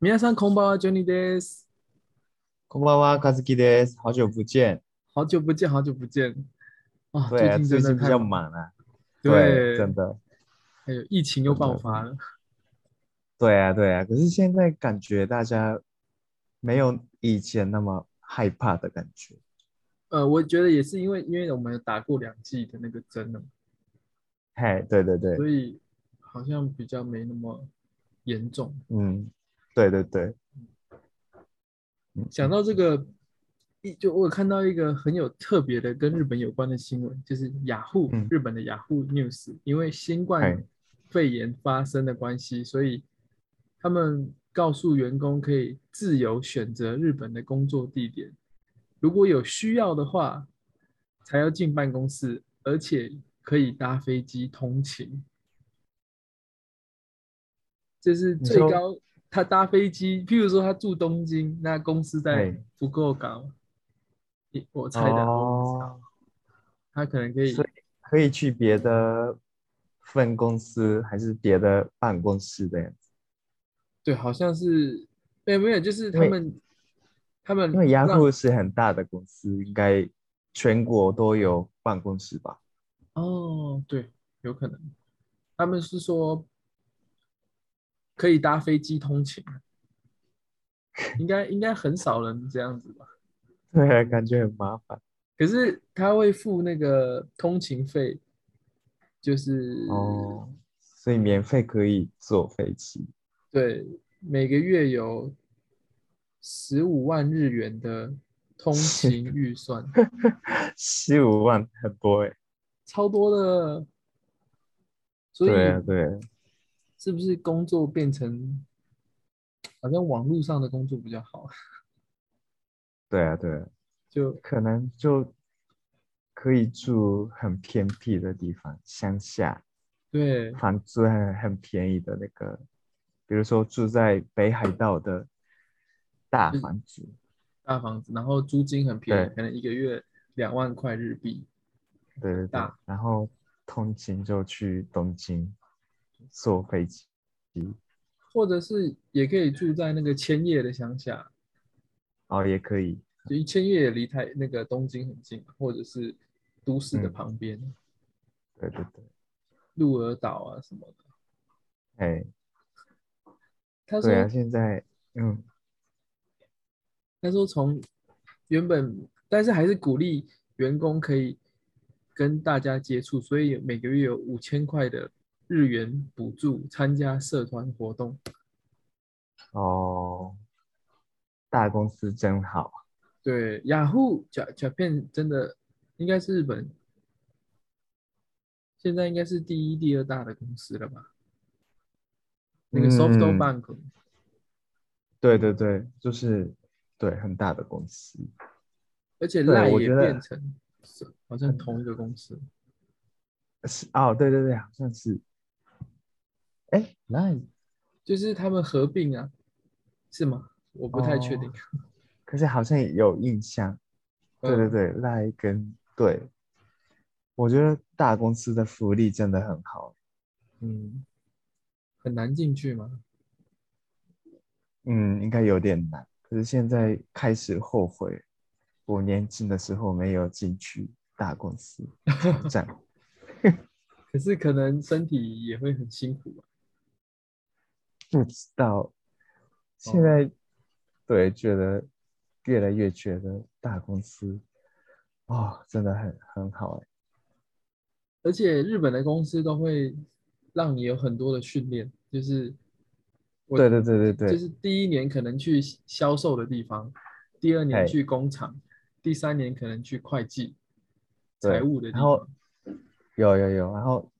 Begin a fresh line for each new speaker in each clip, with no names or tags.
皆さんこんばんは、Johnny 啊です。
こんばんは、和樹です。好久不见。
好久不见，好久不见啊！
对啊，
近
最
真的
近比
太
较忙啊。
对，
真的。
还有疫情又
真的
爆发了，
对啊，对啊。可是现在感觉大家没有以前那么害怕的感觉。
呃，我觉得也是因为因为我们有打过两剂的那个针了，
嘿，对对对，
所以好像比较没那么严重。
嗯，对对对。嗯
想到这个，一就我有看到一个很有特别的跟日本有关的新闻，就是雅虎、
嗯
日本的雅虎 News，因为新冠
嗨
肺炎发生的关系，所以他们告诉员工可以自由选择日本的工作地点，如果有需要的话才要进办公室，而且可以搭飞机通勤。这是
你
最
说
高，他搭飞机，譬如说他住东京，那公司在
嘿
福冈港，你我猜的啊，我不知道
哦，
他可能可以
所以可以去别的分公司还是别的办公室这样子。
对，好像是没有没有，就是他
因为
们他们
因为雅
嗯让
虎是很大的公司，应该全国都有办公室吧？
哦，对，有可能，他们是说可以搭飞机通勤，应 该应该很少人这样子吧。
对啊，感觉很麻烦。
可是他会付那个通勤费，就是
哦，所以免费可以坐飞机，
对，每个月有十五万日元的通勤预算，
十五万很多哎、
超多的。所以
对啊，对啊，
是不是工作变成好像网络上的工作比较好？
对啊，对啊，
就
可能就可以住很偏僻的地方，乡下，
对
房租很很便宜的那个，比如说住在北海道的大
嗯
房子，
大房子，然后租金很便宜，
对
可能一个月两万块日币。
对对对
大，
然后通勤就去东京，坐飞机，
或者是也可以住在那个千叶的乡下，
哦，也可以，
就一千叶也离台那个东京很近，或者是都市的
嗯
旁边，
对对对，
鹿儿岛啊什么的。
哎，
他说
对啊，现在，嗯。
他说从原本，但是还是鼓励员工可以跟大家接触，所以每个月有五千块的日元补助参加社团活动。
哦，大公司真好，
对，雅虎甲甲片真的应该是日本现在应该是第一、第二大的公司了吧？那个
嗯
SoftBank，、
对对对，就是对很大的公司，
而且
对
Line
我
也
觉得
变成是好像同一个公司。
是哦，对对对，好像是，哎，那
就是他们合并啊，是吗？我不太确
哦
定。
可是好像有印象，对对
嗯，
对，那一根对，我觉得大公司的福利真的很好，
嗯，很难进去吗？
嗯，应该有点难，可是现在开始后悔，我年轻的时候没有进去大公司挑战，
可是可能身体也会很辛苦啊吧。
不知道，现
哦
在、对觉得越来越觉得大公司哦，真的很很好哎，
而且日本的公司都会让你有很多的训练，就是我
对对对对
就
对，
是第一年可能去销售的地方，第二年
哎
去工厂，第三年可能去会计、
对
财务的地
然后
方。
有有有，然后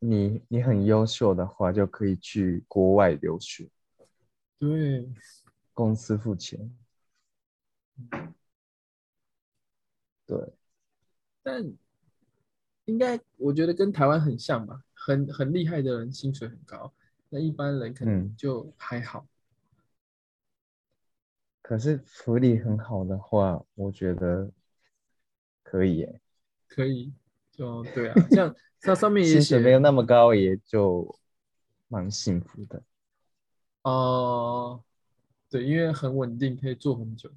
你你很优秀的话，就可以去国外留学，
对，
公司付钱。对，
但应该我觉得跟台湾很像吧，很很厉害的人薪水很高，那一般人可能
嗯
就还好。
可是福利很好的话，我觉得可以欸耶，
可以，就对啊，像它上面也
薪
写
水没有那么高，也就蛮幸福的。
哦、对，因为很稳定，可以做很久。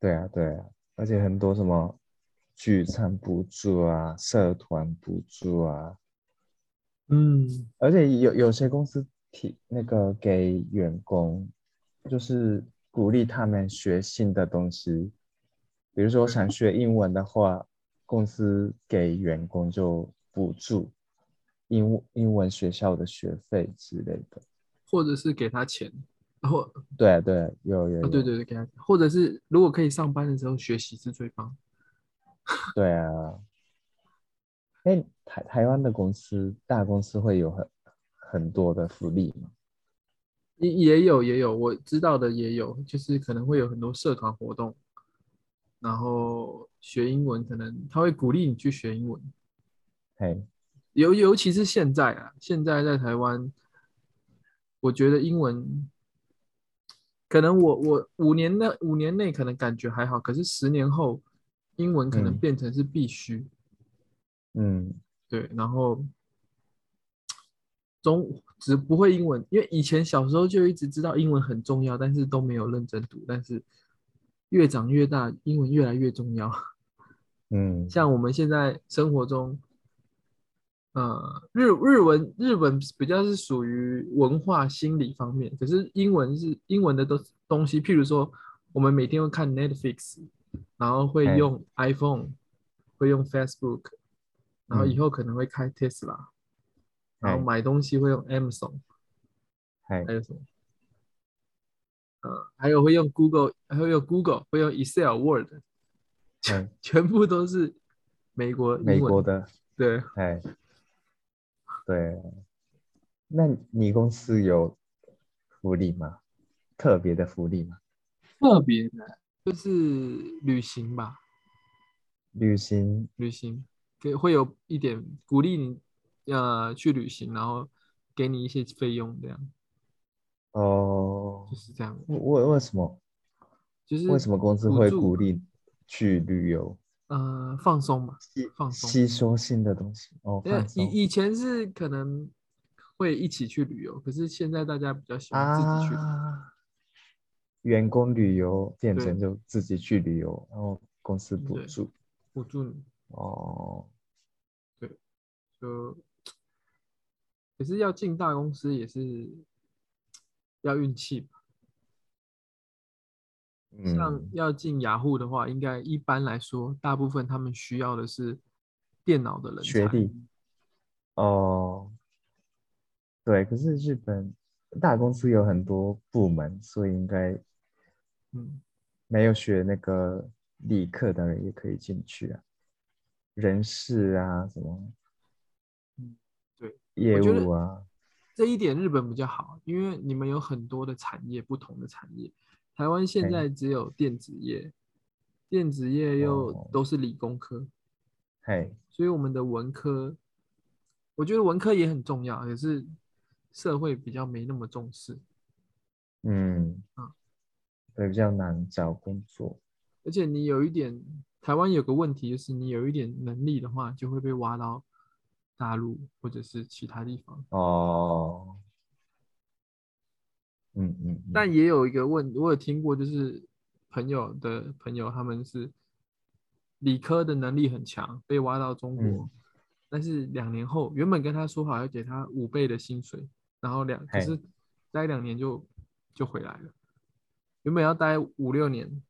对啊，对啊，而且很多什么聚餐补助啊、社团补助啊，
嗯，
而且有有些公司提那个给员工，就是鼓励他们学新的东西，比如说想学英文的话，公司给员工就补助英英文学校的学费之类的。
或者是给他钱，然后
对啊对啊，有有有，
啊，对对对，给他，或者是如果可以上班的时候学习是最棒。
对啊，哎，台台湾的公司大公司会有很很多的福利嘛？
也也有也有，我知道的也有，就是可能会有很多社团活动，然后学英文，可能他会鼓励你去学英文，
嘿，
尤尤其是现在啊，现在在台湾，我觉得英文，可能我我五年内五年内可能感觉还好，可是十年后，英文可能
嗯
变成是必须。
嗯，
对，然后中只不会英文，因为以前小时候就一直知道英文很重要，但是都没有认真读。但是越长越大，英文越来越重要。
嗯，
像我们现在生活中，呃，日日文日文比较是属于文化心理方面，可是英文是英文的都东西，譬如说我们每天会看 Netflix，然后会
哎
用 iPhone，会用 Facebook，然后以后可能会开 Tesla，、然
嗯哎
后买东西会用 Amazon，
嘿
还，有什么？呃，还有会用 Google，还会用 Google，会用 Excel、Word，
嘿，
全部都是美国英
美
文
国的，
对。
嘿，对，啊那你公司有福利吗？特别的福利吗？
特别的，就是旅行吧，
旅行，
旅行给会有一点鼓励你，呃，去旅行，然后给你一些费用，这样
哦
就，是这样，
为为为什么
就是
为什么公司
补
会
助
鼓励去旅游？
呃放松吧，
吸
放松啊
吸收性的东西哦，
因为
放松
以以前是可能会一起去旅游，可是现在大家比较喜欢自己去，
啊。员工旅游变
对
成就自己去旅游，然后公司补
对
助
辅助你
哦。
就，可是要进大公司也是要运气吧。像
嗯，
要进雅虎的话，应该一般来说，大部分他们需要的是电脑的人
学
才。
历哦，对，可是日本大公司有很多部门，所以应该
嗯，
没有学那个理科的人也可以进去啊，人事啊什么，
嗯对，
业
我觉得
务啊，
这一点日本比较好，因为你们有很多的产业，不同的产业。台湾现
哎
在只有电子业，电子业又
哦
都是理工科，
嘿，
所以我们的文科，我觉得文科也很重要，可是社会比较没那么重视。
嗯
嗯，
对，比较难找工作。
而且你有一点，台湾有个问题就是，你有一点能力的话，就会被挖到大陆或者是其他地
嗯
方。
哦，嗯嗯，嗯
但也有一个问，我有听过，就是朋友的朋友，他们是理科的能力很强，被挖到中国，
嗯
但是两年后，原本跟他说好要给他五倍的薪水，然后两可
嘿
是待两年就就回来了，原本要待五六年，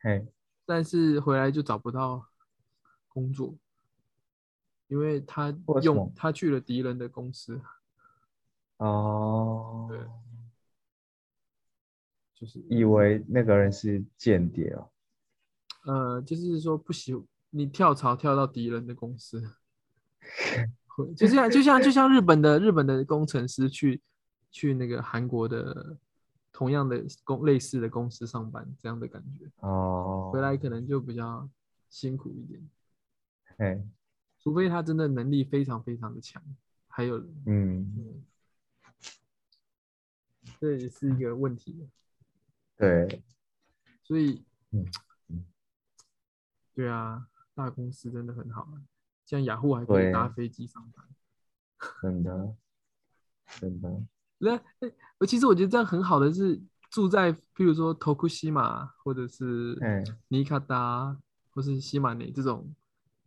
嘿，
但是回来就找不到工作，因为他
为什
用
么
他去了敌人的公司，
哦，
对就是
以为那个人是间谍哦，
呃，就是说不喜你跳槽跳到敌人的公司， 会就像就像就像日本的日本的工程师去去那个韩国的同样的公类似的公司上班这样的感觉，
哦，
回来可能就比较辛苦一点，
嘿，
除非他真的能力非常非常的强，还有
嗯，
嗯，这也是一个问题，
对，
所以，
嗯嗯
对啊，大公司真的很好啊，像雅虎还可以
对
搭飞机上班，
真的，真的，
那那其实我觉得这样很好的是住在，譬如说 Tokushima 或者是
嗯
尼卡达，或是西马内这种，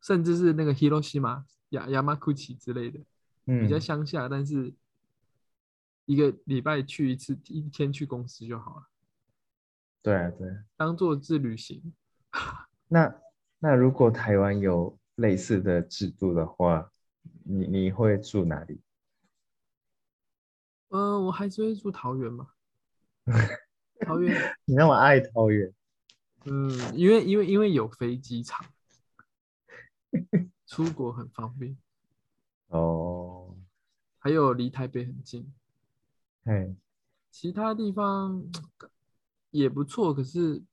甚至是那个 Hiroshima、雅雅马库奇之类的，比较
嗯，
乡下，但是一个礼拜去一次，一天去公司就好了，
对啊对啊。
当做是旅行。
那那如果台湾有类似的制度的话，你你会住哪里？
嗯、我还是会住桃园嘛，桃园，
你那么爱桃园，
嗯，因为因为因为有飞机场，出国很方便，
哦，
还有离台北很近。
嘿，
其他地方也不错，可是，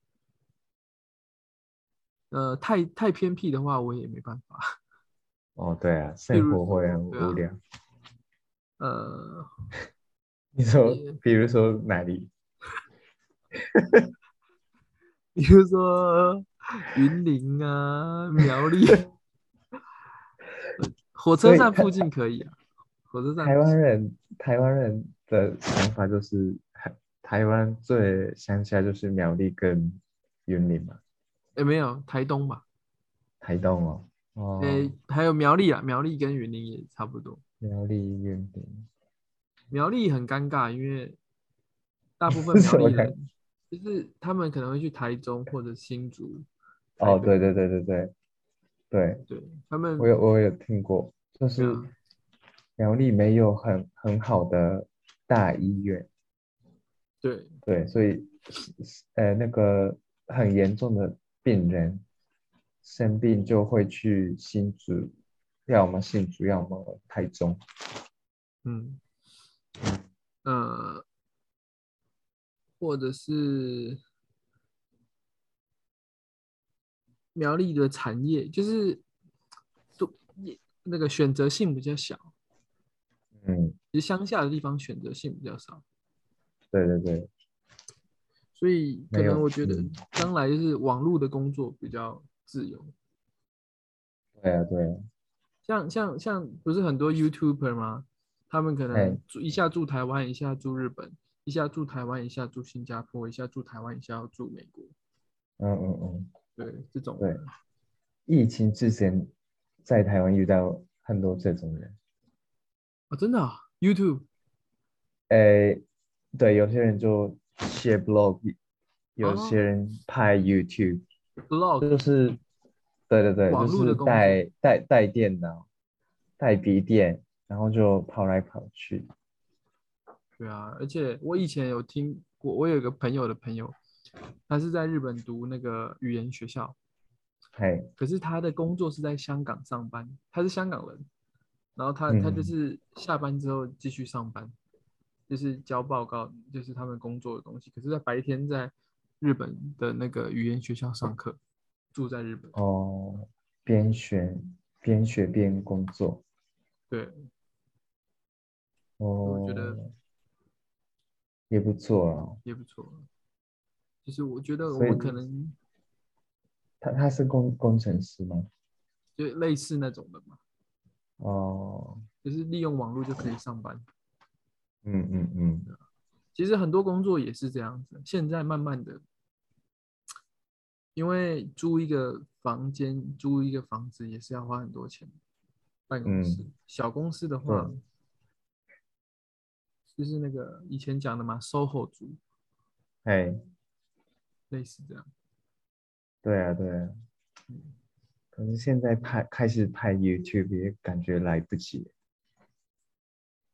呃，太太偏僻的话，我也没办法。
哦，对啊，
比
生
如
活会
说
很
对啊
无聊。
呃，
你说
也，
比如说哪里？
比如说云林啊、苗栗，呃火车站附近可以啊。火车站
台湾人，台湾人的想法就是，台台湾最乡下就是苗栗跟云林嘛，
哎没有台东吧？
台东哦，哦，
哎，还有苗栗啊，苗栗跟云林也差不多。
苗栗云林，
苗栗很尴尬，因为大 部分
为
苗
什么
栗
尴
人就是他们可能会去台中或者新竹。
哦，
台北
对对对对对对，
对他们
我有我有听过，就是
对啊
苗栗没有很很好的大医院，
对
对，所以呃那个很严重的病人生病就会去新竹，要么新竹，要么台中。
嗯，呃，或者是苗栗的产业，就是都也那个选择性比较小，
嗯，
其实乡下的地方选择性比较少，
对对对，
所以可
没有
能我觉得
嗯
将来就是网络的工作比较自由，
对啊对啊，
像像像不是很多 YouTuber 吗？他们可能
哎
住一下住台湾，一下住日本，一下住台湾，一下住新加坡，一下住台湾，一下要住美国。
嗯嗯嗯，
对，这种
对
的
疫情之前在台湾遇到很多这种人，
啊，真的、啊、YouTube
诶，对，有些人就写 blog，有
哦
些人拍 YouTube。
Vlog
就是，对对对，
网
就
络的
是
工作
带带带电脑，带笔电，然后就跑来跑去。
对啊，而且我以前有听过，我有一个朋友的朋友，他是在日本读那个语言学校，
嘿，
可是他的工作是在香港上班，他是香港人，然后他他就
嗯
是下班之后继续上班，就是交报告，就是他们工作的东西，可是在白天在日本的那个语言学校上课，住在日本，
哦，边学边学边工作。
对，
哦，
我觉得
也不错啊。
也不错。就是我觉得我
所以
们可能
他他是工工程师吗？
就类似那种的嘛，
哦，
就是利用网络就可以上班。
嗯嗯嗯，
其实很多工作也是这样子，现在慢慢的，因为租一个房间、租一个房子也是要花很多钱，办公室。
嗯
小公司的话，就是那个以前讲的嘛，SOHO 族，
嘿，
类似这样。
对啊对啊
嗯。
可是现在拍开始拍 YouTube 也感觉来不及，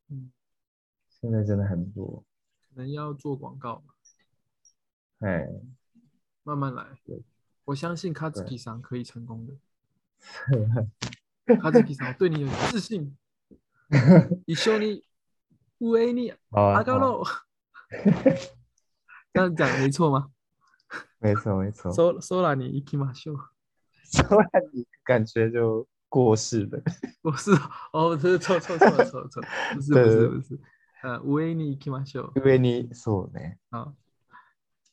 嗯，
现在真的很多。
可能要做广告吧，
哎，
慢慢来
对。
我相信 Katsuki 桑可以成功 的。
对
Katsuki 桑，我对你有自 信。一緒に上に
好啊，
阿高
好啊
喽， 这样哦讲没错吗？
没错没错。
收收了你一 k 马秀，
突然你感觉就过世了。
我是哦，这是错错错错错，不是不是
对
不是，呃，维尼一 k 马秀
因为你そうね。
啊，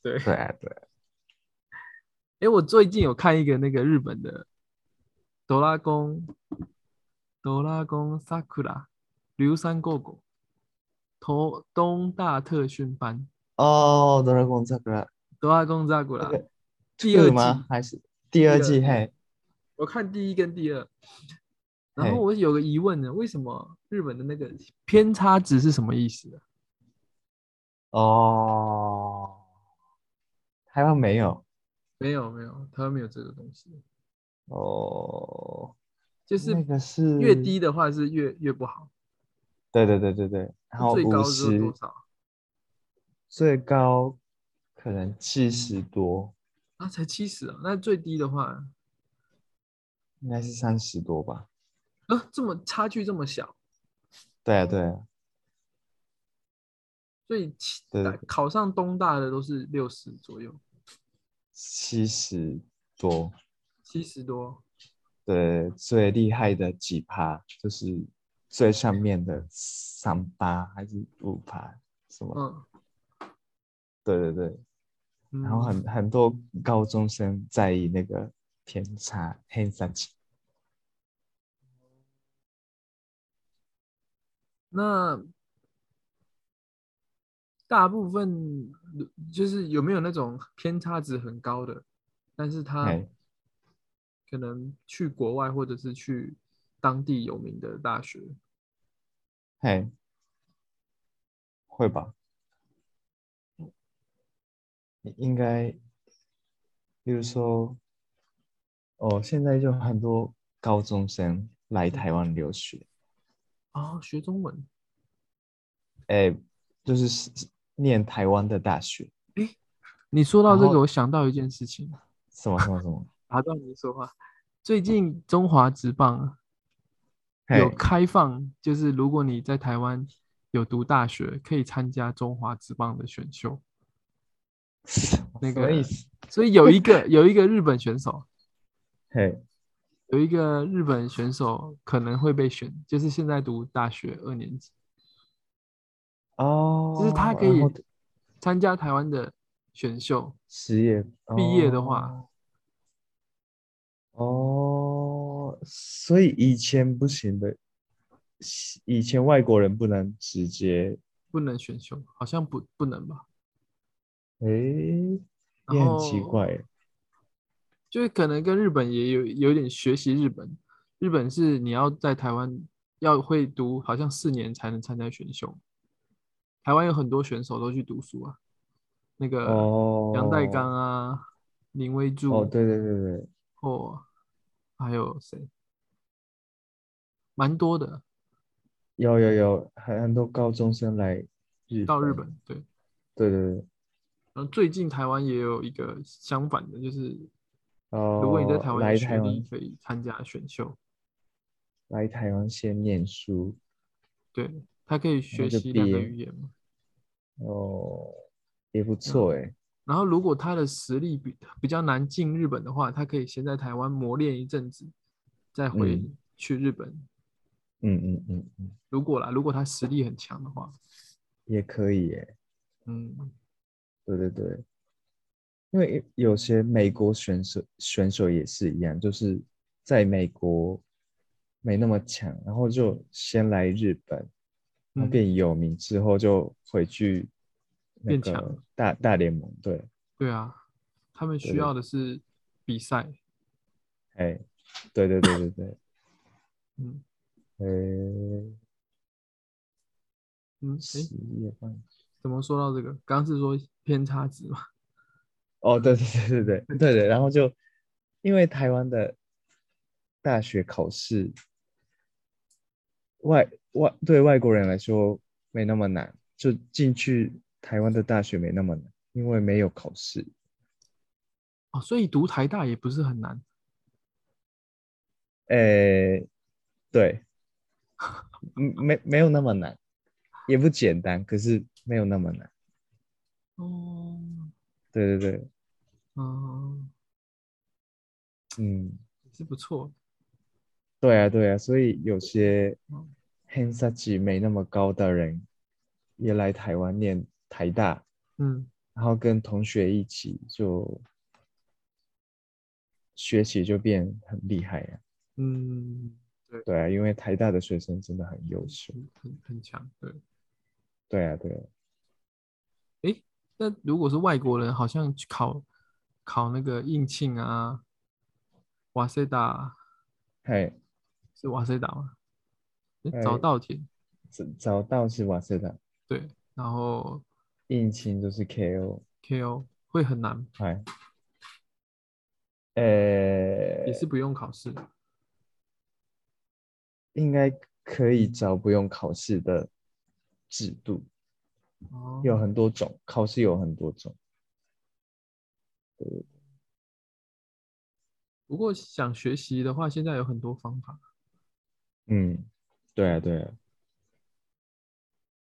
对，
对啊对啊，
诶，我最近有看一个那个日本的哆啦公，哆啦公萨库拉，流山狗狗，东东大特训班，
哦，多拉贡这个
德拉贡扎 古拉
那个
第二
吗
季，？
还是第二
第二
季？
季
嘿，
我看第一跟第二。然
嘿
后我有个疑问呢，为什么日本的那个偏差值是什么意思啊？
哦，台湾没有
没有没有，台湾没有这个东西，
哦，
就是
那个是
越低，的话是越越不好，
对对对对对，然后
最
五
高是
十
多少？
最高可能七十
嗯
多，
啊，才七十啊，那最低的话，
应该是三十多吧？
啊，这么差距这么小，
对啊对啊，
所以其
对
大考上东大的都是六十左右，
七十多，
七十多，
对，最厉害的几趴就是最上面的三趴还是五趴什么？
嗯，
对对对。
嗯
然后很很多高中生在意那个偏差偏差值，
那大部分就是有没有那种偏差值很高的，但是他
哎，
可能去国外或者是去当地有名的大学，
嘿，会吧？你应该，比如说，哦，现在就很多高中生来
嗯
台湾留学，
哦，学中文，
哎，就是是是念台湾的大学，
你说到
然
这个，
后
我想到一件事情，
什么什么什么，
打断你说话，最近中华职棒啊。有
嘿，
开放，就是如果你在台湾有读大学，可以参加中华职棒的选秀。 那
什么
个
意思？
所以有一个有一个日本选手，
嘿，
有一个日本选手可能会被选，就是现在读大学二年级，
哦，
就是他可
然
以
后
参加台湾的选秀，
失业
毕业的话
哦，哦，所以以前不行的，西以前外国人不能直接，
不能选秀，好像不不能吧？
诶，
然
也很奇
后
怪耶，
就是可能跟日本也有有点学习日本，日本是你要在台湾要会读，好像四年才能参加选秀。台湾有很多选手都去读书啊，那个
哦，
杨代刚啊、林威柱
哦，对对对对，
哦，还有谁，蛮多的，
有有有，很很多高中生来日
到日
本，
本对。
对对对，
然后最近台湾也有一个相反的，就是如果你在
哦，
台湾
来
有学
台
历，
湾
可以参加选秀，
来台湾先念书，
对他可以学
后就
习两个
毕业
语言嘛。
哦，也
嗯
不错诶，
然后，如果他的实力比比较难进日本的话，他可以先在台湾磨练一阵子，再回
嗯
去日本。
嗯嗯嗯嗯，
如果啦，如果他实力很强的话，
也可以耶。
嗯，
对对对，因为有些美国选手选手也是一样，就是在美国没那么强，然后就先来日本，然后
嗯
变有名之后就回去那
变
个
强
大大联盟，对，
对啊，他们需
对
要的是比赛，
哎，对对对对对，
嗯
哎，
嗯，诶，
职业棒
怎么说到这个？刚刚是说偏差值嘛？
哦，对对对对对对对，然后就因为台湾的大学考试，外外对外国人来说没那么难，就进去台湾的大学没那么难，因为没有考试。
哦，所以读台大也不是很难，
诶，对，嗯没没有那么难，也不简单，可是没有那么难。
哦，
对对对，
嗯，
嗯，
也是不错，
对啊对啊，所以有些
嗯
偏差值没那么高的人也来台湾念台大。
嗯
然后跟同学一起就学习就变很厉害啊呀、
嗯，
对啊，因为台大的学生真的很优秀。
很很强，对。
对啊，对啊，
那如果是外国人，好像去考考那个应庆啊，瓦塞达
嘿，
是瓦塞达吗？诶
哎
早稻田
早早稻是瓦斯的，
对，然后
应勤就是 KO，
KO 会很难，
嗨，呃，
也是不用考试。
应该可以找不用考试的制度，
哦，
有很多种，考试有很多种。
不过想学习的话，现在有很多方法。
嗯，对啊，对啊，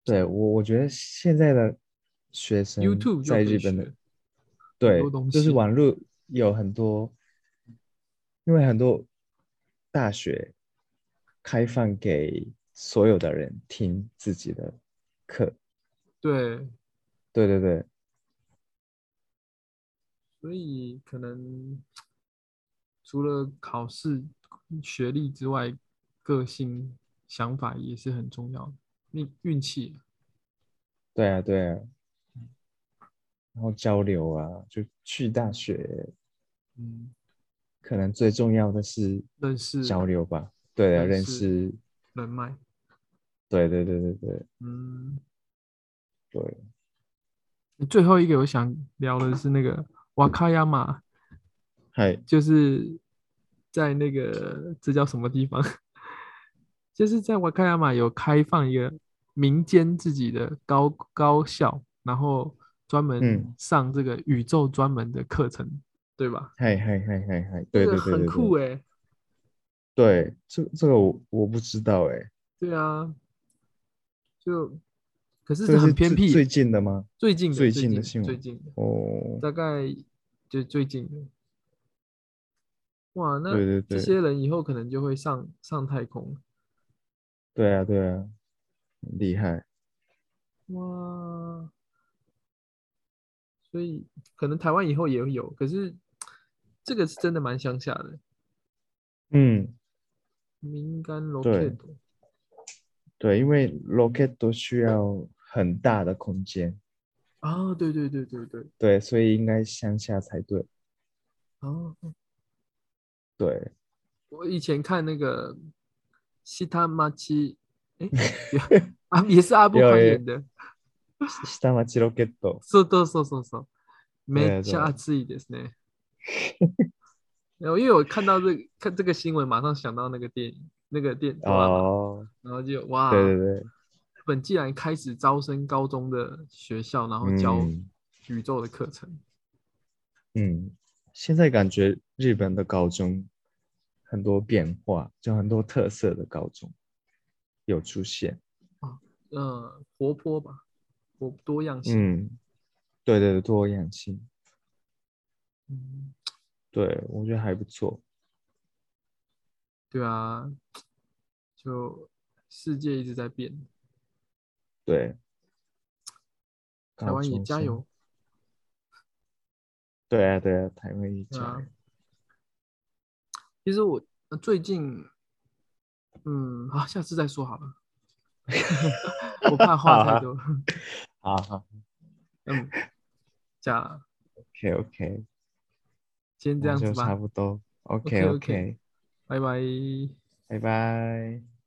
对我我觉得现在的学生
YouTube 就
嗯在
可以
日本的
学，
对
多东，
就是
西
网络有很多，因为很多大学开放给所有的人听自己的课，
对，
对对对，
所以可能除了考试、学历之外，个性、想法也是很重要的。运运气，
对啊，对啊，然后交流啊，就去大学，
嗯，
可能最重要的是
认识
交流吧，对啊，
认
认
识
识，
人脉，
对对对对对
嗯，
对，
最后一个我想聊的是那个瓦卡亚马，
嗨，
就是在那个这叫什么地方？ 就是在瓦卡亚马有开放一个民间自己的高高校，然后专门
嗯
上这个宇宙专门的课程，对吧？
嗨嗨嗨嗨嗨，
这
对
个
对对
很
对
酷
对，
哎、
对，这这个我我不知道哎，
对啊，就可是
这个
很
是
偏
最
僻，
最近的吗？
最近的
最
最
近的
的
新闻
最近的
哦，
大概就最近的。哇，那
对对
这
对
些人以后可能就会上上太空。
对啊对啊，很厉害，
哇，所以可能台湾以后也会有，可是这个是真的蛮乡下的。
嗯，
民间罗
对
t
对，因为 rocket 都需要很大的空间，
啊，对对对对对，
对，所以应该乡下才对，
哦，
对。
我以前看那个西塔马奇，哎 有，啊，也是阿布
有
宽
有
演的，
下町ロケット。
そうそうそうそうそう，め
对啊
っ
对
ちゃ
啊
暑いですね。然后因为我看到这个看这个新闻，马上想到那个电影，那个电动画嘛，
哦，
然后就哇，
对对对，
日本既然开始招生高中的学校，然后教
嗯
宇宙的课程，
嗯，现在感觉日本的高中很多变化，就很多特色的高中有出现。
嗯、呃，活泼吧，活多样性。
嗯，对对对，多样性，
嗯，
对我觉得还不错。
对啊，就世界一直在变，
对，
台湾也
高中
加
生
油。。
对啊对啊，台湾也加
对啊
油。
其实我呃最近，嗯，好，下次再说好了， 我怕话
啊
太多。
好好
嗯， 这样，
，OK OK，
先这样子
就差
吧，
不多。OK
OK，OK 拜拜。
拜拜。